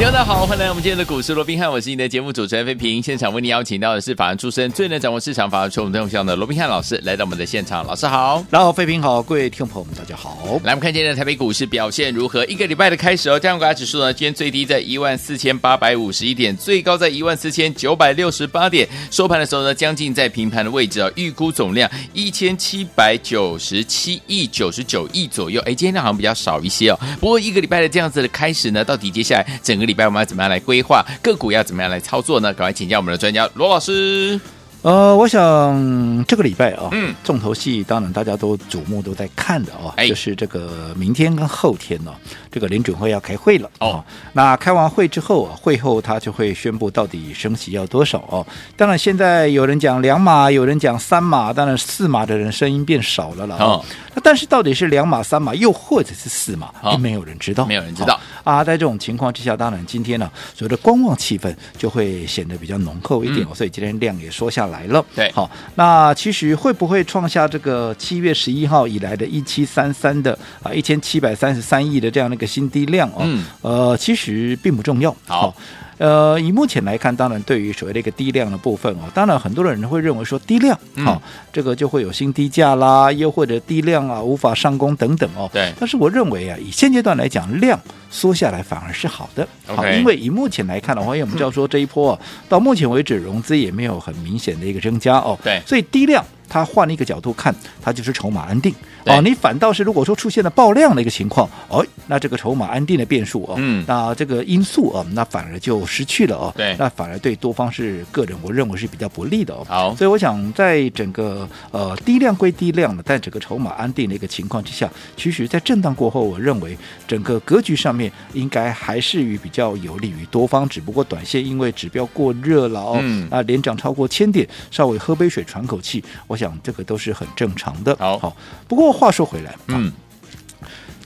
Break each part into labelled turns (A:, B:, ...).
A: 大家好，欢迎来我们今天的股市罗宾汉，我是你的节目主持人费平。现场为你邀请到的是法案出身、最能掌握市场法案传统动向的罗宾汉老师，来到我们的现场。老师好，
B: 然后，费平好，各位听众朋友们，大家好。
A: 来我们看今天的台北股市表现如何？一个礼拜的开始哦，加权股价指数呢，今天最低在14,851点，最高在14,968点，收盘的时候呢，将近在平盘的位置哦。预估总量1,797亿、99亿左右，哎，今天量好像比较少一些哦。不过一个礼拜的这样子的开始呢，到底接下来整个礼拜我们要怎么样来规划个股，要怎么样来操作呢？赶快请教我们的专家罗老师。
B: 呃，我想这个礼拜啊，
A: 嗯
B: 重头戏当然大家都瞩目都在看的啊，
A: 哎
B: 就是这个明天跟后天呢、这个联准会要开会了
A: 哦
B: 啊那开完会之后啊，会后他就会宣布到底升息要多少哦。当然，现在有人讲两码，有人讲三码，当然四码的人声音变少了了、
A: 哦。
B: 那但是到底是两码、三码，又或者是四码，
A: 好
B: 并没有人知道，
A: 哦没有人知道
B: 好啊，在这种情况之下，当然今天呢、所谓的观望气氛就会显得比较浓厚一点、哦所以今天量也缩下来了。
A: 嗯对
B: 好，那其实会不会创下这个七月十一号以来的一七三三的啊一千七百三十三亿的这样的一个新低量哦？
A: 嗯
B: 呃，其实并不重要。
A: 好
B: 呃，以目前来看，当然对于所谓的一个低量的部分哦，当然很多人会认为说低量，好、
A: 嗯
B: 这个就会有新低价啦，又或者低量啊无法上攻等等哦。
A: 对
B: 但是我认为啊，以现阶段来讲，量缩下来反而是好的，好
A: OK
B: 因为以目前来看的话，因为我们知道说这 一波、啊、到目前为止融资也没有很明显的一个增加哦，
A: 对
B: 所以低量。它换一个角度看，它就是筹码安定
A: 对
B: 哦。你反倒是如果说出现了爆量的一个情况，哦，那这个筹码安定的变数哦，
A: 嗯
B: 那这个因素哦，那反而就失去了哦。
A: 对
B: 那反而对多方是个人，我认为是比较不利的哦。
A: 好
B: 所以我想在整个呃低量归低量的，但整个筹码安定的一个情况之下，其实在震荡过后，我认为整个格局上面应该还是于比较有利于多方，只不过短线因为指标过热了哦，
A: 嗯
B: 啊连涨超过千点，稍微喝杯水喘口气，我想这个都是很正常的。
A: 好
B: 不过话说回来，啊
A: 嗯，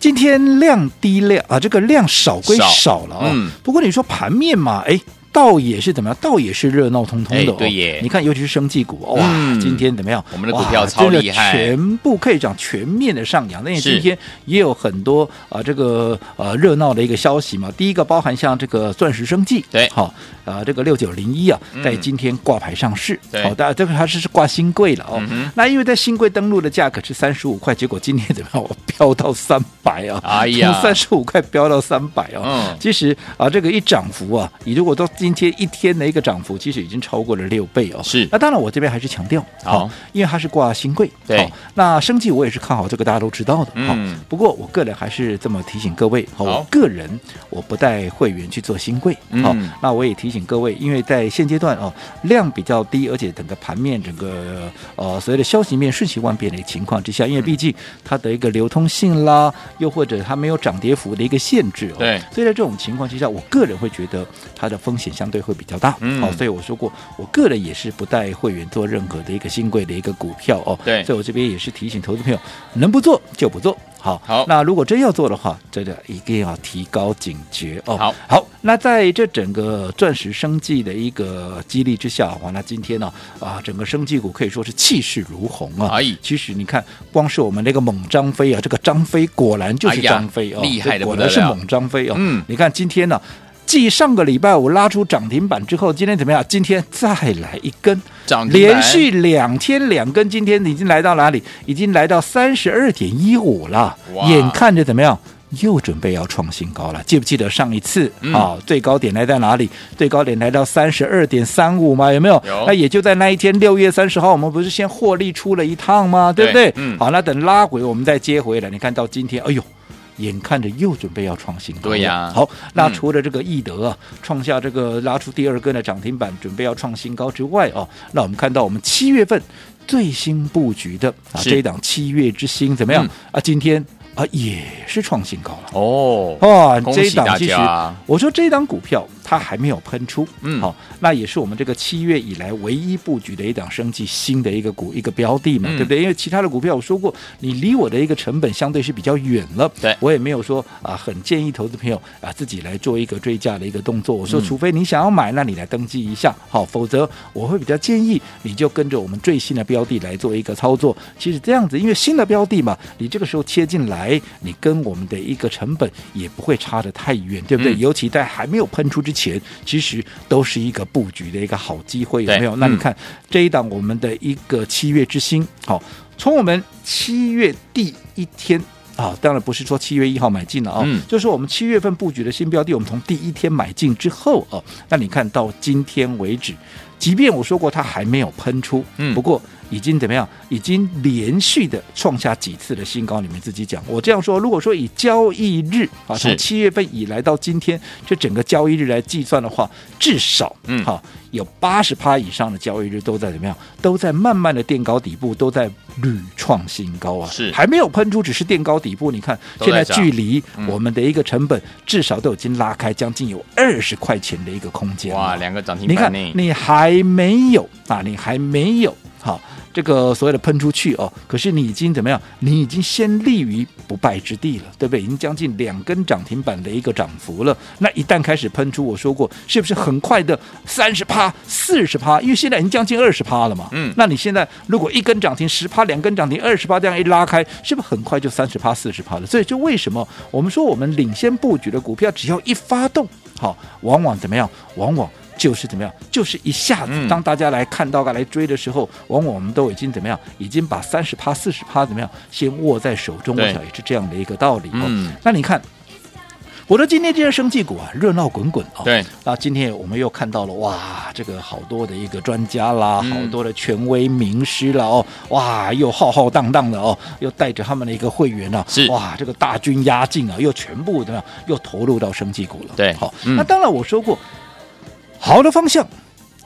B: 今天量低量啊，这个量少归
A: 少
B: 少了哦。
A: 嗯
B: 不过你说盘面嘛，哎。倒也是怎么样？倒也是热闹腾腾的、哦
A: 哎对耶
B: 你看，尤其是生技股，哇，
A: 嗯
B: 今天怎么样？
A: 我们的股
B: 哇
A: 票超厉害
B: 真的全部可以讲全面的上扬。那
A: 是
B: 今天也有很多啊、这个呃热闹的一个消息嘛。第一个包含像这个钻石生技，
A: 对嗯
B: 好、啊、这个六九零一啊，在今天挂牌上市，
A: 对
B: 好、大家这个它是是挂新贵了哦。
A: 嗯哼
B: 那因为在新贵登录的价格是三十五块，结果今天怎么样？我飙到三百啊！
A: 哎呀
B: 从三十五块飙到三百哦。
A: 嗯
B: 其实啊，这个一涨幅啊，你如果到今天一天的一个涨幅，其实已经超过了六倍哦。
A: 是
B: 那当然，我这边还是强调，
A: 好
B: 因为它是挂新贵，
A: 对
B: 好那生计我也是看好这个，大家都知道的。好
A: 嗯
B: 不过我个人还是这么提醒各位，好
A: 好
B: 我个人我不带会员去做新贵，
A: 嗯
B: 好，那我也提醒各位，因为在现阶段哦，量比较低，而且整个盘面整个呃所谓的消息面瞬息万变的一个情况之下，
A: 嗯
B: 因为毕竟它的一个流通性啦，又或者它没有涨跌幅的一个限制哦，
A: 对
B: 所以在这种情况之下，我个人会觉得它的风险相对会比较大，哦
A: 嗯
B: 好、所以我说过，我个人也是不带会员做任何的一个新贵的一个股票哦，
A: 对
B: 所以我这边也是提醒投资朋友，能不做就不做。好，
A: 好
B: 那如果真要做的话，真的一定要提高警觉哦。
A: 好，
B: 好，那在这整个钻石生计的一个激励之下，哇，那今天呢、啊，整个生计股可以说是气势如虹啊。
A: 哎
B: 其实你看，光是我们那个猛张飞啊，这个张飞果然就是
A: 哎呀
B: 张飞哦，
A: 厉害得
B: 这果
A: 不得
B: 然是
A: 了
B: 猛张飞哦。
A: 嗯
B: 你看今天呢、继上个礼拜五拉出涨停板之后，今天怎么样？今天再来一根
A: 涨停板
B: 连续两天两根，今天已经来到哪里？已经来到三十二点一五了
A: 哇，
B: 眼看着怎么样？又准备要创新高了，记不记得上一次啊、
A: 嗯
B: 最高点来到哪里？最高点来到三十二点三五嘛，有没有？
A: 有
B: 那也就在那一天，六月三十号，我们不是先获利出了一趟吗？对不
A: 对
B: 对？
A: 嗯
B: 好，那等拉回我们再接回来。你看到今天，哎呦，眼看着又准备要创新高了。
A: 对呀
B: 好，那
A: 嗯
B: 除了这个易德啊，创下这个拉出第二根的涨停板，准备要创新高之外哦，那我们看到我们七月份最新布局的啊
A: 是
B: 这一档七月之星怎么样、
A: 嗯
B: 啊？今天啊也是创新高了。
A: 哦，
B: 哇，
A: 恭
B: 这一
A: 喜
B: 档
A: 大
B: 其实
A: 家，
B: 我说这一档股票它还没有喷出，
A: 嗯
B: 好、那也是我们这个七月以来唯一布局的一档升绩新的一个股一个标的嘛，
A: 嗯
B: 对不对？因为其他的股票我说过，你离我的一个成本相对是比较远了，
A: 对
B: 我也没有说啊很建议投资朋友啊自己来做一个追价的一个动作，
A: 嗯
B: 我说除非你想要买，那你来登记一下，好，否则我会比较建议你就跟着我们最新的标的来做一个操作。其实这样子，因为新的标的嘛，你这个时候切进来，你跟我们的一个成本也不会差得太远，对不对？
A: 嗯
B: 尤其在还没有喷出之前，其实都是一个布局的一个好机会，有
A: 对
B: 没有？那你
A: 嗯
B: 看、这一档我们的一个七月之星，好、从我们七月第一天。啊，当然不是说七月一号买进了啊，
A: 嗯
B: 就是我们七月份布局的新标的，我们从第一天买进之后哦、那你看到今天为止，即便我说过它还没有喷出，
A: 嗯
B: 不过已经怎么样？已经连续的创下几次的新高，你们自己讲。我这样说，如果说以交易日啊，
A: 是
B: 从七月份以来到今天这整个交易日来计算的话，至少
A: 嗯
B: 好、有八十趴以上的交易日都在怎么样？都在慢慢的垫高底部，都在屡创新高啊！
A: 是
B: 还没有喷出，只是垫高底部。你看
A: 都
B: 现
A: 在
B: 在
A: 涨
B: 距离
A: 嗯
B: 我们的一个成本至少都已经拉开将近有二十块钱的一个空间了
A: 哇，两个涨停
B: 你
A: 板
B: 看
A: 呢，
B: 你还没有啊，你还没有好。这个所谓的喷出去哦，可是你已经怎么样？你已经先立于不败之地了，对不对？已经将近两根涨停板的一个涨幅了。那一旦开始喷出，我说过，是不是很快的三十趴、四十趴？因为现在已经将近二十趴了嘛。
A: 嗯
B: 那你现在如果一根涨停十趴，两根涨停二十趴，这样一拉开，是不是很快就三十趴、四十趴了？所以就为什么我们说我们领先布局的股票，只要一发动，好，往往怎么样？往往。就是怎么样，就是一下子
A: 嗯，
B: 当大家来看到、来追的时候，往往我们都已经怎么样，已经把三十趴、四十趴怎么样，先握在手中。我
A: 对
B: 想也是这样的一个道理。哦
A: 嗯，
B: 那你看，我说今天这些生技股啊，热闹滚滚啊、哦。
A: 对，
B: 那今天我们又看到了哇，这个好多的一个专家啦，
A: 嗯
B: 好多的权威名师啦哦，哇，又浩浩荡荡的哦，又带着他们的一个会员啊，
A: 是
B: 哇，这个大军压境啊，又全部怎么样，又投入到生技股了。
A: 对
B: 好，
A: 嗯
B: 那当然我说过，好的方向，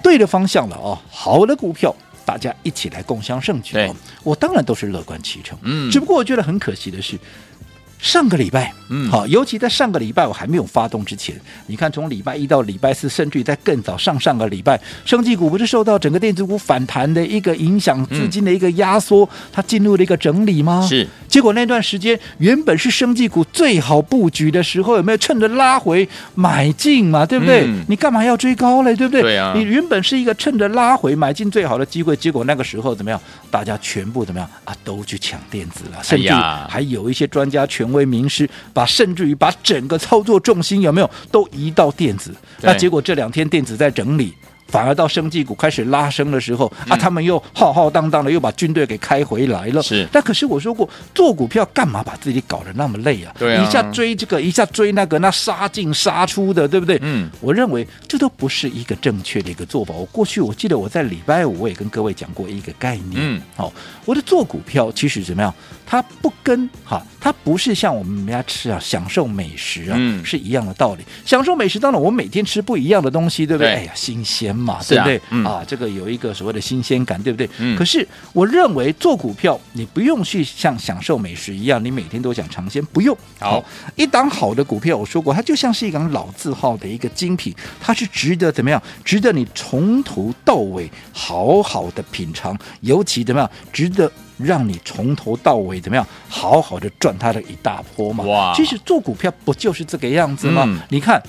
B: 对的方向了哦，好的股票。大家一起来共襄盛举、
A: 对
B: 哦，我当然都是乐观其成。
A: 嗯
B: 只不过我觉得很可惜的是，上个礼拜，
A: 嗯
B: 好，尤其在上个礼拜我还没有发动之前，你看从礼拜一到礼拜四，甚至于在更早上上个礼拜，生技股不是受到整个电子股反弹的一个影响，
A: 嗯
B: 资金的一个压缩，它进入了一个整理吗？
A: 是。
B: 结果那段时间原本是生技股最好布局的时候，有没有趁着拉回买进嘛？对不对？
A: 嗯
B: 你干嘛要追高嘞？对不对？
A: 对啊
B: 你原本是一个趁着拉回买进最好的机会，结果那个时候怎么样？大家全部怎么样啊？都去抢电子了，甚至
A: 哎呀
B: 还有一些专家、权威名师，把甚至于把整个操作重心有没有都移到电子？啊
A: 对
B: 那结果这两天电子在整理。反而到生技股开始拉升的时候
A: 嗯
B: 啊，他们又浩浩荡荡的又把军队给开回来了。
A: 是
B: 但可是我说过，做股票干嘛把自己搞得那么累啊？
A: 对啊
B: 一下追这个，一下追那个，那杀进杀出的，对不对？
A: 嗯，
B: 我认为这都不是一个正确的一个做法。我过去我记得我在礼拜五我也跟各位讲过一个概念，
A: 嗯，
B: 好、我的做股票其实怎么样？它不跟哈、它不是像我们家吃啊享受美食啊、
A: 嗯
B: 是一样的道理。享受美食当然我每天吃不一样的东西，对不对？
A: 对
B: 哎呀，新鲜嘛，
A: 是
B: 对
A: 啊
B: 不对？
A: 嗯
B: 啊，这个有一个所谓的新鲜感，对不对？
A: 嗯
B: 可是我认为做股票你不用去像享受美食一样，你每天都想尝鲜，不用。
A: 好
B: 一档好的股票，我说过，它就像是一档老字号的一个精品，它是值得怎么样？值得你从头到尾好好的品尝，尤其怎么样？值得让你从头到尾怎么样？好好的赚它的一大波嘛。
A: 哇
B: 其实做股票不就是这个样子吗？
A: 嗯
B: 你看，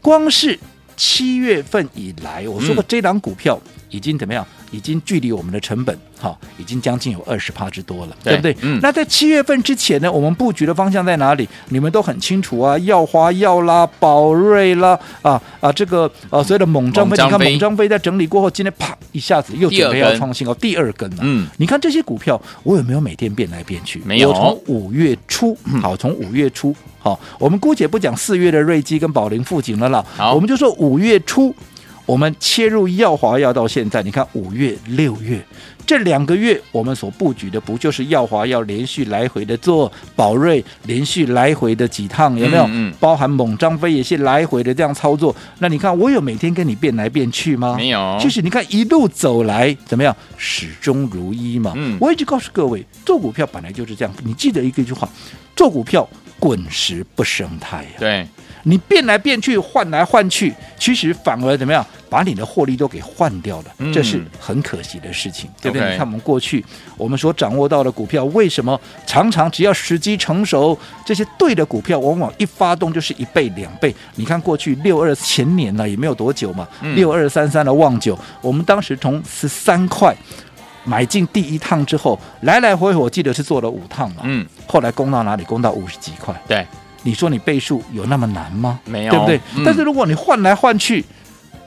B: 光是七月份以来，我说过
A: 嗯
B: 这档股票已经怎么样？已经距离我们的成本，哈，已经将近有二十趴之多了，
A: 对
B: 对不对？
A: 嗯
B: 那在七月份之前呢，我们布局的方向在哪里？你们都很清楚啊，耀华耀啦，宝瑞啦，啊啊，这个呃所谓的猛张
A: 猛
B: 飞，
A: 张
B: 你看
A: 飞
B: 猛张飞在整理过后，今天啪一下子又
A: 第二
B: 准备要
A: 根
B: 创新高，第二根了、
A: 嗯
B: 你看这些股票，我有没有每天变来变去？
A: 没有
B: 我从五月初，
A: 嗯
B: 好，从五月初，好，我们姑且不讲四月的瑞基跟宝林富锦了啦，
A: 好
B: 我们就说五月初，我们切入耀华药到现在，你看五月、六月这两个月，我们所布局的不就是耀华药连续来回的做，宝瑞连续来回的几趟，有没有？
A: 嗯嗯
B: 包含猛张飞也是来回的这样操作。那你看，我有每天跟你变来变去吗？
A: 没有
B: 就是你看一路走来怎么样，始终如一嘛。
A: 嗯
B: 我一直告诉各位，做股票本来就是这样。你记得一个句话，做股票滚石不生态啊呀、
A: 对，
B: 你变来变去，换来换去，其实反而怎么样，把你的获利都给换掉了，
A: 嗯
B: 这是很可惜的事情，对不对
A: OK
B: 你看我们过去我们所掌握到的股票，为什么常常只要时机成熟，这些对的股票往往一发动就是一倍两倍？你看过去六二前年呢、也没有多久嘛
A: 嗯，
B: 六二三三的旺九，我们当时从十三块。买进第一趟之后，来来回回我记得是做了五趟嘛，
A: 嗯，
B: 后来攻到哪里？攻到五十几块，
A: 对，
B: 你说你倍数有那么难吗？
A: 没有
B: 对不对？
A: 嗯
B: 但是如果你换来换去，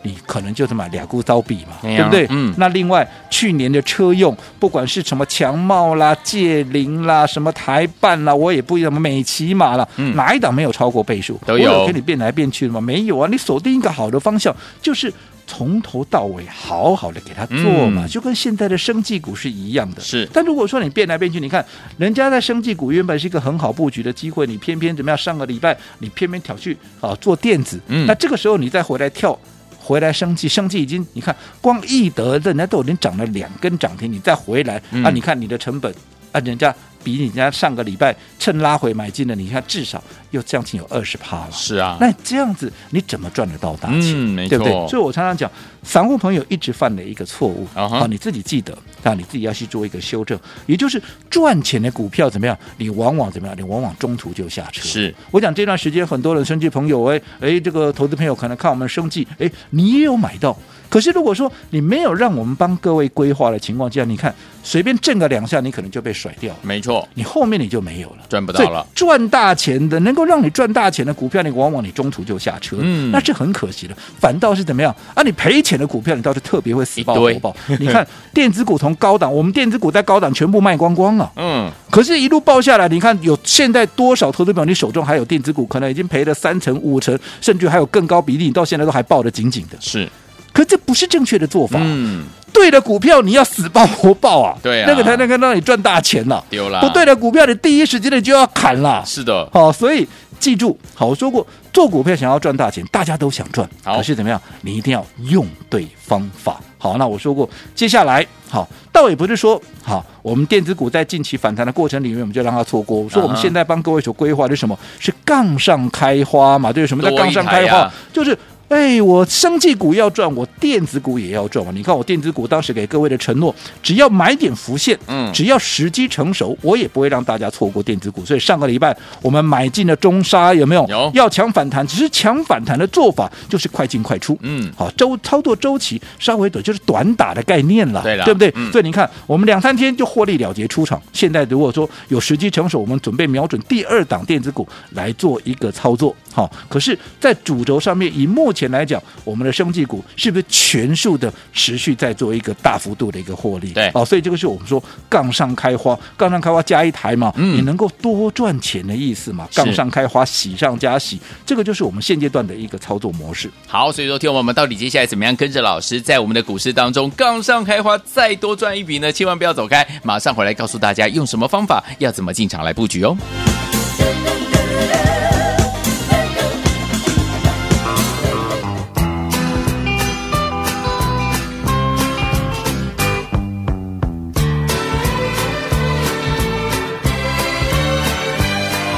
B: 你可能就是买俩股刀比嘛，
A: 没有
B: 对不对？
A: 嗯
B: 那另外去年的车用，不管是什么强茂啦、界林啦、什么台办啦，我也不什么美骑马啦，
A: 嗯
B: 哪一档没有超过倍数？
A: 都
B: 我
A: 有
B: 跟你变来变去的吗？没有啊，你锁定一个好的方向，就是。从头到尾好好的给它做嘛，
A: 嗯
B: 就跟现在的生技股是一样的。
A: 是
B: 但如果说你变来变去，你看人家在生技股原本是一个很好布局的机会，你偏偏怎么样？上个礼拜你偏偏挑去啊做电子，
A: 嗯
B: 那这个时候你再回来跳。回来生技，生技已经你看，光易德人家都已经涨了两根涨停，你再回来、
A: 嗯
B: 啊，你看你的成本啊，人家比人家上个礼拜趁拉回买进的，你看至少又将近有二十趴了。
A: 是啊，
B: 那这样子你怎么赚得到大钱？
A: 嗯没
B: 对不对
A: 错？
B: 所以我常常讲，散户朋友一直犯的一个错误，
A: 啊哈
B: 好你自己记得，那你自己要去做一个修正，也就是赚钱的股票怎么样，你往往怎么样，你往往中途就下车。
A: 是，
B: 我讲这段时间很多的生计朋友，哎哎，这个投资朋友可能看我们生计，哎，你也有买到。可是如果说你没有让我们帮各位规划的情况之下，你看随便震个两下，你可能就被甩掉了。
A: 没错，
B: 你后面你就没有了，
A: 赚不到了。
B: 赚大钱的，能够让你赚大钱的股票，你往往你中途就下车，
A: 嗯
B: 那是很可惜的。反倒是怎么样啊？你赔钱的股票，你倒是特别会死抱
A: 一堆
B: 活抱。你 看电子股从高档，我们电子股在高档全部卖光光了，
A: 嗯，
B: 可是，一路报下来，你看有现在多少投资表，你手中还有电子股，可能已经赔了三成、五成，甚至还有更高比例，你到现在都还抱得紧紧的。
A: 是，
B: 可这不是正确的做法，
A: 嗯，
B: 对的股票你要死抱活抱啊，
A: 对啊
B: 那个才能够让你赚大钱呐、
A: 丢了，
B: 不对，的股票，你第一时间你就要砍了。
A: 是的，
B: 好、所以记住，好，我说过，做股票想要赚大钱，大家都想赚，
A: 好
B: 可是怎么样，你一定要用对方法。好，那我说过，接下来好，倒也不是说好，我们电子股在近期反弹的过程里面，我们就让它错过。我说我们
A: 啊哈
B: 现在帮各位所规划的是什么？是杠上开花嘛？对，什么叫
A: 多
B: 杠
A: 一
B: 上
A: 台
B: 开
A: 呀
B: 花？就是。哎，我生技股要赚，我电子股也要赚嘛。你看我电子股当时给各位的承诺，只要买点浮现，
A: 嗯
B: 只要时机成熟，我也不会让大家错过电子股。所以上个礼拜我们买进了中沙，有没有？
A: 有
B: 要抢反弹，只是抢反弹的做法就是快进快出。
A: 嗯
B: 好，周操作周期稍微短，就是短打的概念了，
A: 对啦
B: 不对？
A: 嗯
B: 所以你看，我们两三天就获利了结出场。现在如果说有时机成熟，我们准备瞄准第二档电子股来做一个操作。好、可是，在主轴上面，以目前来讲，我们的生技股是不是全数的持续在做一个大幅度的一个获利？
A: 对
B: 哦，所以这个是我们说杠上开花，杠上开花加一台嘛，
A: 嗯
B: 你能够多赚钱的意思嘛？
A: 是
B: 杠上开花，喜上加喜，这个就是我们现阶段的一个操作模式。
A: 好，所以说，听我们到底接下来怎么样跟着老师在我们的股市当中杠上开花，再多赚一笔呢？千万不要走开，马上回来告诉大家用什么方法，要怎么进场来布局哦。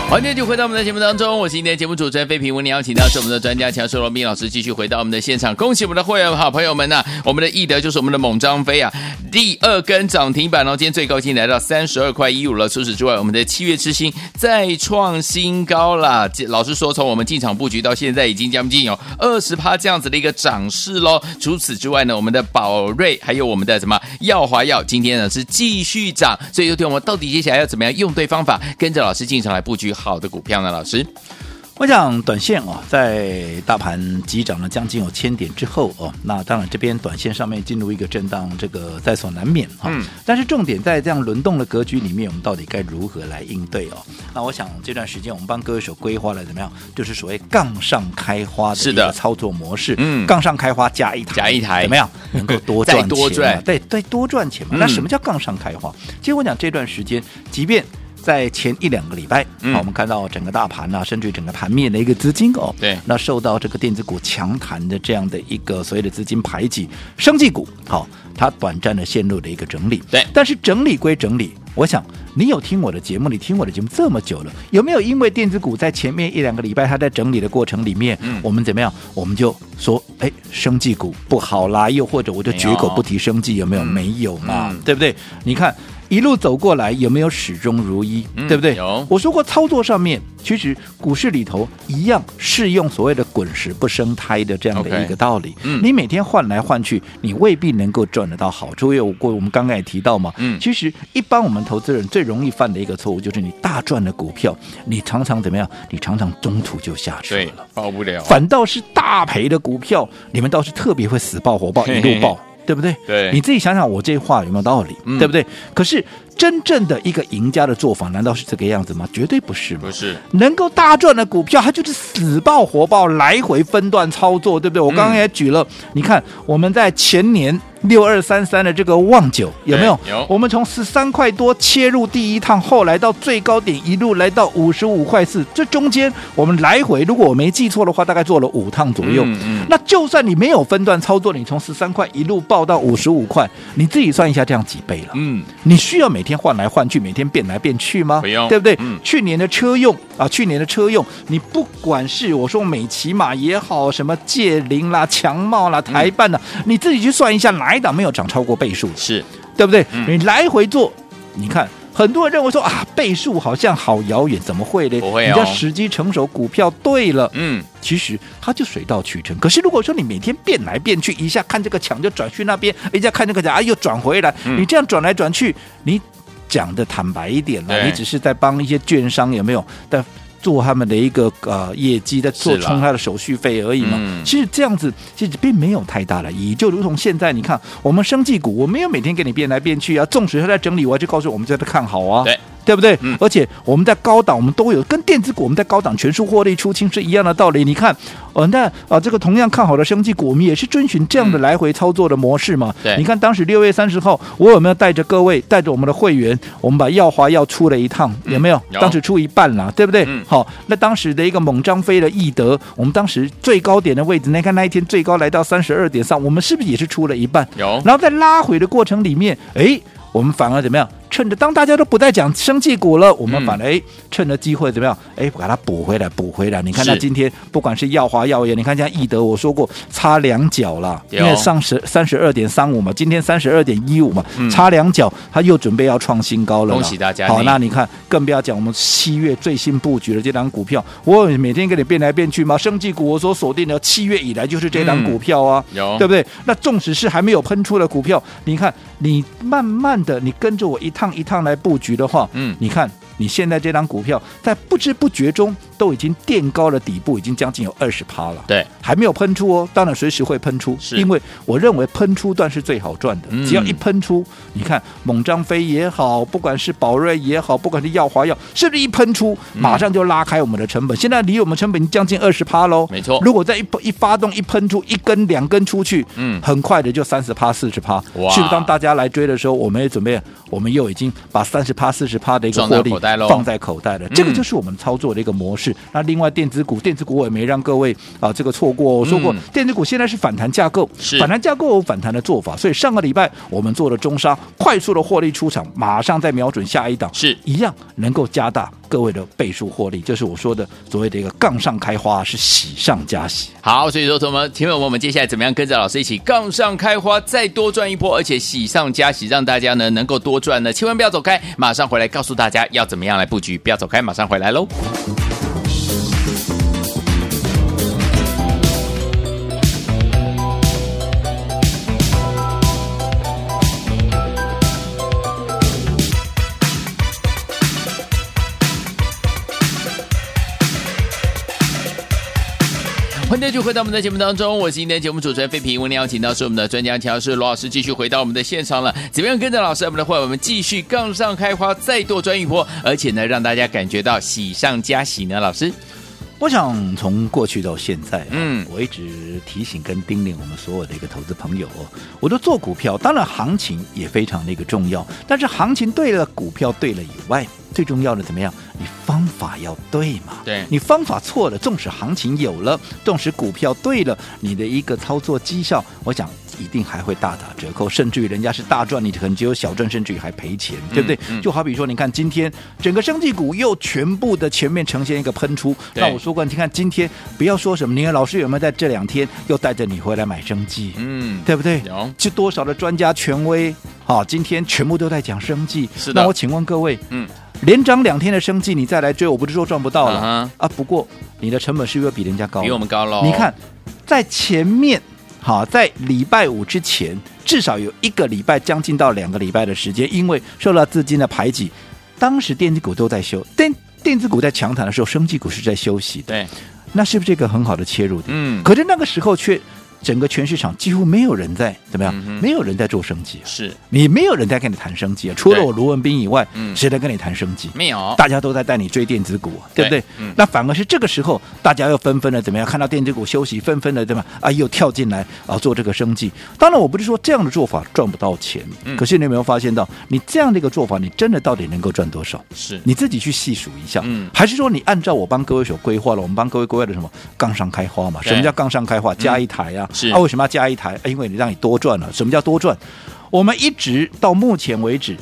A: 欢迎继续回到我们的节目当中，我是今天的节目主持人费平。为您邀请到是我们的专家强硕罗斌老师，继续回到我们的现场。恭喜我们的会员好朋友们呐、我们的易德就是我们的猛张飞啊，第二根涨停板哦，今天最高已经来到三十二块一五了。除此之外，我们的七月之星再创新高啦。这老实说，从我们进场布局到现在，已经将近有二十趴这样子的一个涨势喽。除此之外呢，我们的宝瑞还有我们的什么耀华药，今天呢是继续涨。所以，就听我们到底接下来要怎么样用对方法，跟着老师进场来布局好的股票呢？老师，
B: 我想短线啊，在大盘急涨了将近有千点之后哦，那当然这边短线上面进入一个震荡，这个在所难免哈、
A: 嗯
B: 但是重点在这样轮动的格局里面，我们到底该如何来应对哦？那我想这段时间我们帮各位所规划了怎么样，就是所谓杠上开花
A: 是
B: 的一
A: 的
B: 个操作模式，
A: 嗯
B: 杠上开花加一台，
A: 加一台
B: 怎么样？能够 多
A: 再
B: 赚钱嘛，
A: 多赚
B: 对对，多赚钱嘛。那
A: 嗯
B: 什么叫杠上开花？其实我讲这段时间，即便在前一两个礼拜，好、
A: 嗯
B: 我们看到整个大盘啊，甚至于整个盘面的一个资金哦，
A: 对
B: 那受到这个电子股强弹的这样的一个所谓的资金排挤，生技股好、它短暂的陷入了一个整理，
A: 对
B: 但是整理归整理。我想，你有听我的节目，你听我的节目这么久了，有没有因为电子股在前面一两个礼拜它在整理的过程里面，
A: 嗯
B: 我们怎么样？我们就说，哎，生技股不好啦，又或者我就绝口不提生技，有没有？
A: 嗯
B: 没有嘛，
A: 嗯
B: 对不对？你看一路走过来，有没有始终如一？
A: 嗯
B: 对不对？
A: 有
B: 我说过，操作上面其实股市里头一样适用所谓的“滚石不生胎”的这样的
A: OK
B: 一个道理。
A: 嗯
B: 你每天换来换去，你未必能够赚得到好处。因为我过我们刚刚也提到嘛，
A: 嗯
B: 其实一般我们投资人最容易犯的一个错误就是你大赚的股票，你常常怎么样？你常常中途就下车
A: 对啊
B: 了。，
A: 报不了，
B: 反倒是大赔的股票，你们倒是特别会死抱活抱，
A: 嘿
B: 一
A: 嘿
B: 路爆，对不对？
A: 对
B: 你自己想想，我这话有没有道理？
A: 嗯
B: 对不对？可是真正的一个赢家的做法，难道是这个样子吗？绝对不是嘛
A: 不。是，
B: 能够大赚的股票，它就是死抱活抱，来回分段操作，对不对？我刚刚也举了，你看我们在前年六二三三的这个旺九有没有？
A: 对哎有
B: 我们从十三块多切入第一趟，后来到最高点一路来到五十五块四，这中间我们来回，如果我没记错的话，大概做了五趟左右。
A: 嗯嗯
B: 那就算你没有分段操作，你从十三块一路报到五十五块，你自己算一下，这样几倍了？
A: 嗯，
B: 你需要每天换来换去，每天变来变去吗？
A: 不用
B: 对不对？
A: 嗯
B: 去年的车用啊，去年的车用，你不管是我说美骑马也好，什么界林啦、强茂
A: 嗯
B: 啦、台办啦，你自己去算一下，哪一档没有涨超过倍数的，
A: 是，
B: 对不对？
A: 嗯
B: 你来回做，你看。很多人认为说啊，倍数好像好遥远，怎么会呢？
A: 不会哦
B: 你要时机成熟，股票对了，
A: 嗯，
B: 其实它就水到渠成。可是如果说你每天变来变去，一下看这个墙就转去那边，一下看这个墙，哎、又转回来，
A: 嗯
B: 你这样转来转去，你讲的坦白一点了，
A: 对
B: 你只是在帮一些券商有没有在做他们的一个呃业绩，在做
A: 是啦
B: 冲他的手续费而已嘛。
A: 嗯
B: 其实这样子其实并没有太大的意义，就如同现在你看我们生技股，我没有每天给你变来变去啊，纵使它在整理，我就告诉我们就在看好啊。
A: 对。
B: 对不对？
A: 嗯
B: 而且我们在高档，我们都有跟电子股我们在高档全数获利出清是一样的道理。你看，呃，那啊、呃这个同样看好的生技股，我们也是遵循这样的来回操作的模式嘛。
A: 对
B: 你看当时六月三十号，我有没有带着各位，带着我们的会员，我们把耀华耀出了一趟，有没有？
A: 嗯有
B: 当时出一半啦，对不对？
A: 嗯
B: 好，那当时的一个猛张飞的易德，我们当时最高点的位置，那看那一天最高来到三十二点上，我们是不是也是出了一半？
A: 有，
B: 然后在拉回的过程里面，哎，我们反而怎么样？趁着当大家都不再讲生技股了，我们
A: 嗯
B: 反而哎、趁着机会怎么样？哎，把它补回来，补回来。你看，
A: 是
B: 那今天不管是耀华、耀研，你看像易德，我说过差两角了，
A: 对
B: 因
A: 哦
B: 为上十三十二点三五嘛，今天三十二点一五嘛，
A: 嗯
B: 差两角，它又准备要创新高了啦。
A: 恭喜大家
B: 好，
A: 你
B: 那你看，更不要讲我们七月最新布局的这档股票，我每天给你变来变去嘛，生技股我所锁定的七月以来就是这档
A: 嗯
B: 股票啊。
A: 有，
B: 对不对？那纵使是还没有喷出的股票，你看，你慢慢的，你跟着我一趟一趟来布局的话，
A: 嗯
B: 你看你现在这张股票在不知不觉中都已经垫高了底部，已经将近有二十趴了。
A: 对，
B: 还没有喷出哦，当然随时会喷出，
A: 是
B: 因为我认为喷出段是最好赚的。
A: 嗯
B: 只要一喷出，你看猛张飞也好，不管是宝瑞也好，不管是耀华药，是不是一喷出
A: 嗯
B: 马上就拉开我们的成本？现在离我们成本已经将近二十趴喽。
A: 没错
B: 如果再一一发动一喷出一根两根出去，
A: 嗯
B: 很快的就三十趴四十趴，
A: 哇
B: 是不是？当大家来追的时候，我们也准备，我们又已经把三十趴四十趴的一个
A: 装
B: 获
A: 到
B: 利
A: 口袋喽
B: 放在口袋了。这个
A: 嗯
B: 就是我们操作的一个模式。那另外电子股，电子股我也没让各位啊这个错过哦，我说过
A: 嗯
B: 电子股现在是反弹架构，
A: 是
B: 反弹架构有反弹的做法，所以上个礼拜我们做了中沙，快速的获利出场，马上再瞄准下一档，
A: 是
B: 一样能够加大各位的倍数获利，就是我说的所谓的一个杠上开花，是喜上加喜。
A: 好，所以说，同学们，听友们，我们接下来怎么样跟着老师一起杠上开花，再多赚一波，而且喜上加喜，让大家呢能够多赚呢？千万不要走开，马上回来告诉大家要怎么样来布局，不要走开，马上回来喽。欢迎继续回到我们的节目当中，我是今天节目主持人费平。为您邀请到是我们的专家调师罗老师，继续回到我们的现场了。怎么样跟着老师，我们的会我们继续杠上开花，再多赚一波，而且呢，让大家感觉到喜上加喜呢？老师，
B: 我想从过去到现在、啊，
A: 嗯
B: 嗯，我一直提醒跟叮咛我们所有的一个投资朋友、哦，我说做股票，当然行情也非常的一个重要，但是行情对了，股票对了以外，最重要的怎么样？你方法要对嘛？
A: 对
B: 你方法错了，纵使行情有了，纵使股票对了，你的一个操作绩效，我想一定还会大打折扣，甚至于人家是大赚，你可能只有小赚，甚至于还赔钱，对不对？
A: 嗯
B: 就好比说，你看今天整个生技股又全部的前面呈现一个喷出，
A: 对
B: 那我说过，你看今天不要说什么，你看老师有没有在这两天又带着你回来买生技？
A: 嗯，
B: 对不对？
A: 有
B: 就多少的专家权威啊，今天全部都在讲生计。
A: 是的
B: 那我请问各位，
A: 嗯，
B: 连涨两天的生计，你再来追，我不是说赚不到了、
A: 嗯
B: 啊？不过你的成本是不是比人家高？
A: 比我们高喽。
B: 你看，在前面，好，在礼拜五之前，至少有一个礼拜，将近到两个礼拜的时间，因为受到资金的排挤，当时电子股都在休，电电子股在强弹的时候，生技股是在休息的，
A: 对，
B: 那是不是一个很好的切入点？
A: 嗯，
B: 可是那个时候却整个全市场几乎没有人在怎么样，
A: 嗯哼
B: 没有人在做生计、啊，
A: 是
B: 你没有人在跟你谈生计、啊，除了
A: 对
B: 我卢文斌以外，
A: 嗯
B: 谁在跟你谈生计？
A: 没有？
B: 大家都在带你追电子股啊，对不
A: 对
B: 对？
A: 嗯
B: 那反而是这个时候，大家又纷纷的怎么样？看到电子股休息，纷纷的对吧？啊，又跳进来啊，做这个生计。当然，我不是说这样的做法赚不到钱，
A: 嗯
B: 可是你有没有发现到，你这样的一个做法，你真的到底能够赚多少？
A: 是
B: 你自己去细数一下，
A: 嗯
B: 还是说你按照我帮各位所规划了，我们帮各位规划的什么杠上开花嘛？
A: 对嗯
B: 什么叫杠上开花？加一台啊，
A: 是
B: 啊，为什么要加一台？啊因为你让你多赚了。什么叫多赚？我们一直到目前为止。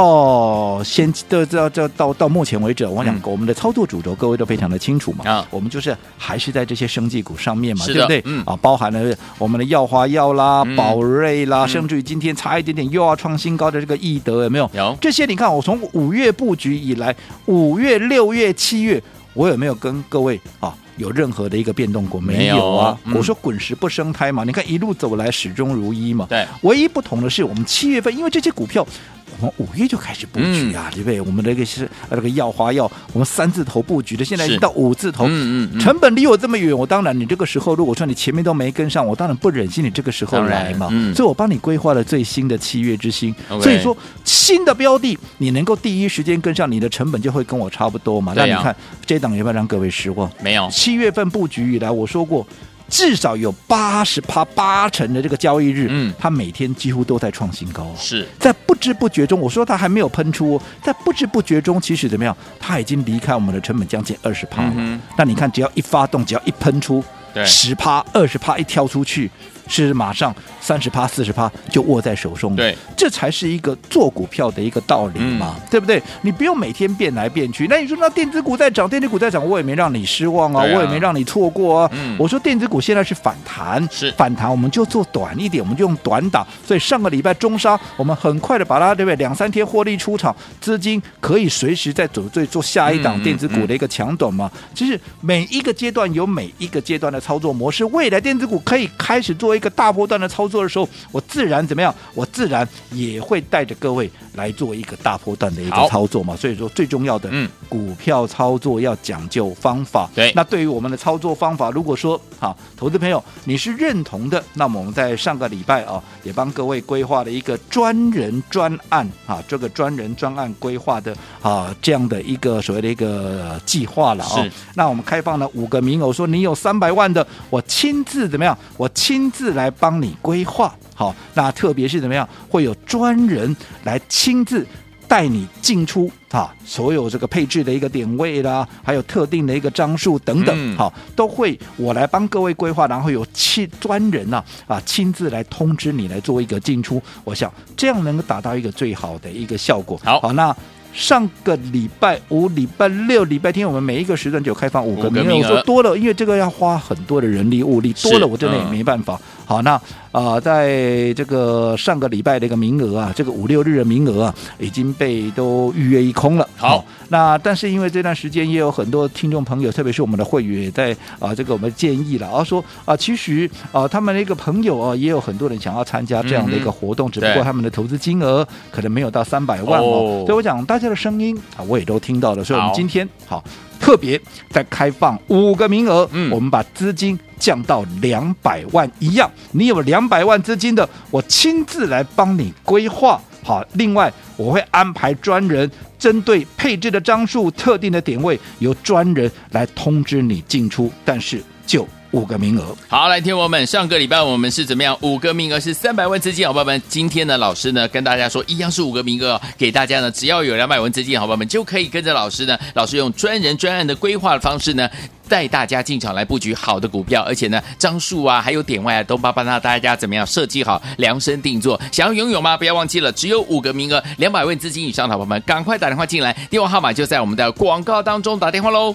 B: 到先到到到到到目前为止，我想
A: 嗯
B: 我们的操作主轴各位都非常的清楚嘛，
A: 啊
B: 我们就是还是在这些生技股上面嘛，
A: 是
B: 对
A: 的
B: 不对？
A: 嗯
B: 啊，包含了我们的药华药啦、
A: 嗯
B: 宝瑞啦，
A: 嗯
B: 甚至于今天差一点点又要创新高的这个易德有没有？
A: 有
B: 这些你看，我从五月布局以来，五月、六月、七月，我有没有跟各位啊有任何的一个变动过？
A: 没有
B: 有啊，
A: 嗯
B: 我说滚石不生胎嘛，你看一路走来始终如一嘛。
A: 对，
B: 唯一不同的是，我们七月份因为这些股票。我们五月就开始布局
A: 嗯
B: 啊，对不对？我们那个是呃那个药花药，我们三字头布局的，现在已经
A: 是
B: 到五字头，
A: 嗯嗯嗯
B: 成本离我这么远，我当然你这个时候，如果说你前面都没跟上，我当然不忍心你这个时候
A: 当然
B: 来嘛。
A: 嗯
B: 所以我帮你规划了最新的七月之星
A: OK
B: 所以说新的标的你能够第一时间跟上，你的成本就会跟我差不多嘛。那
A: 对
B: 你
A: 呀哦
B: 看这档有没有让各位失望？
A: 没有？
B: 七月份布局以来，我说过。至少有八十趴八成的这个交易日，
A: 嗯
B: 它每天几乎都在创新高、哦。
A: 是
B: 在不知不觉中，我说它还没有喷出、哦，在不知不觉中，其实怎么样，它已经离开我们的成本将近二十趴了。
A: 嗯哼
B: 那你看，只要一发动，只要一喷出，
A: 对
B: 十趴、二十趴一挑出去，是马上三十趴、四十趴就握在手中。
A: 对，嗯
B: 这才是一个做股票的一个道理嘛，对不对？你不用每天变来变去。那你说，那电子股在涨，电子股在涨，我也没让你失望啊，
A: 对啊
B: 我也没让你错过啊。
A: 嗯
B: 我说电子股现在是反弹，
A: 是
B: 反弹，我们就做短一点，我们就用短打。所以上个礼拜中沙，我们很快的把它对不对？两三天获利出场，资金可以随时再准备做下一档
A: 嗯
B: 电子
A: 嗯
B: 股的一个强短嘛。就是每一个阶段有每一个阶段的操作模式，未来电子股可以开始做一个大波段的操作的时候，我自然怎么样？我自然也会带着各位来做一个大波段的一个
A: 好
B: 操作嘛。所以说最重要的，
A: 嗯，
B: 股票操作要讲究方法。
A: 对
B: 那对于我们的操作方法，如果说好，投资朋友你是认同的，那么我们在上个礼拜啊，也帮各位规划了一个专人专案啊，这个专人专案规划的啊这样的一个所谓的一个、呃计划了啊
A: 是。
B: 那我们开放了五个名额，说你有三百万的，我亲自怎么样？我亲自来帮你规划。好，那特别是怎么样，会有专人来亲自带你进出啊，所有这个配置的一个点位啦，还有特定的一个张数等等，
A: 嗯
B: 好，都会我来帮各位规划，然后有亲专人呐啊亲自来通知你来做一个进出，我想这样能够达到一个最好的一个效果。
A: 好
B: 好，那。上个礼拜五、礼拜六、礼拜天，我们每一个时段只有开放五个
A: 五个
B: 名额。
A: 名
B: 我
A: 额
B: 说多了，因为这个要花很多的人力物力，
A: 是
B: 多了我真的也
A: 嗯
B: 没办法。好，那啊，在这个上个礼拜的一个名额啊，这个五六日的名额啊，已经被都预约一空了。
A: 好
B: 那但是因为这段时间也有很多听众朋友，特别是我们的会员也在啊、这个我们建议了啊，说啊、其实啊、他们的一个朋友啊，也有很多人想要参加这样的一个活动，只不
A: 对
B: 过他们的投资金额可能没有到三百万
A: 哦
B: 哦。所以我讲大家的声音啊，我也都听到了，所以我们
A: 好
B: 今天好。特别在开放五个名额，
A: 嗯
B: 我们把资金降到两百万一样。你有两百万资金的，我亲自来帮你规划。好，另外我会安排专人针对配置的张数、特定的点位，由专人来通知你进出，但是就五个名额。
A: 好，来，天王们，上个礼拜我们是怎么样？五个名额是三百万资金，好朋友们。今天呢，老师呢跟大家说，一样是五个名额哦，给大家呢，只要有两百万资金，好朋友们就可以跟着老师呢，老师用专人专案的规划的方式呢。带大家进场来布局好的股票，而且呢，张数啊，还有点外啊，都帮帮大家怎么样设计好量身定做。想要拥有吗？不要忘记了，只有五个名额，两百万资金以上的好朋友们，赶快打电话进来，电话号码就在我们的广告当中，打电话喽。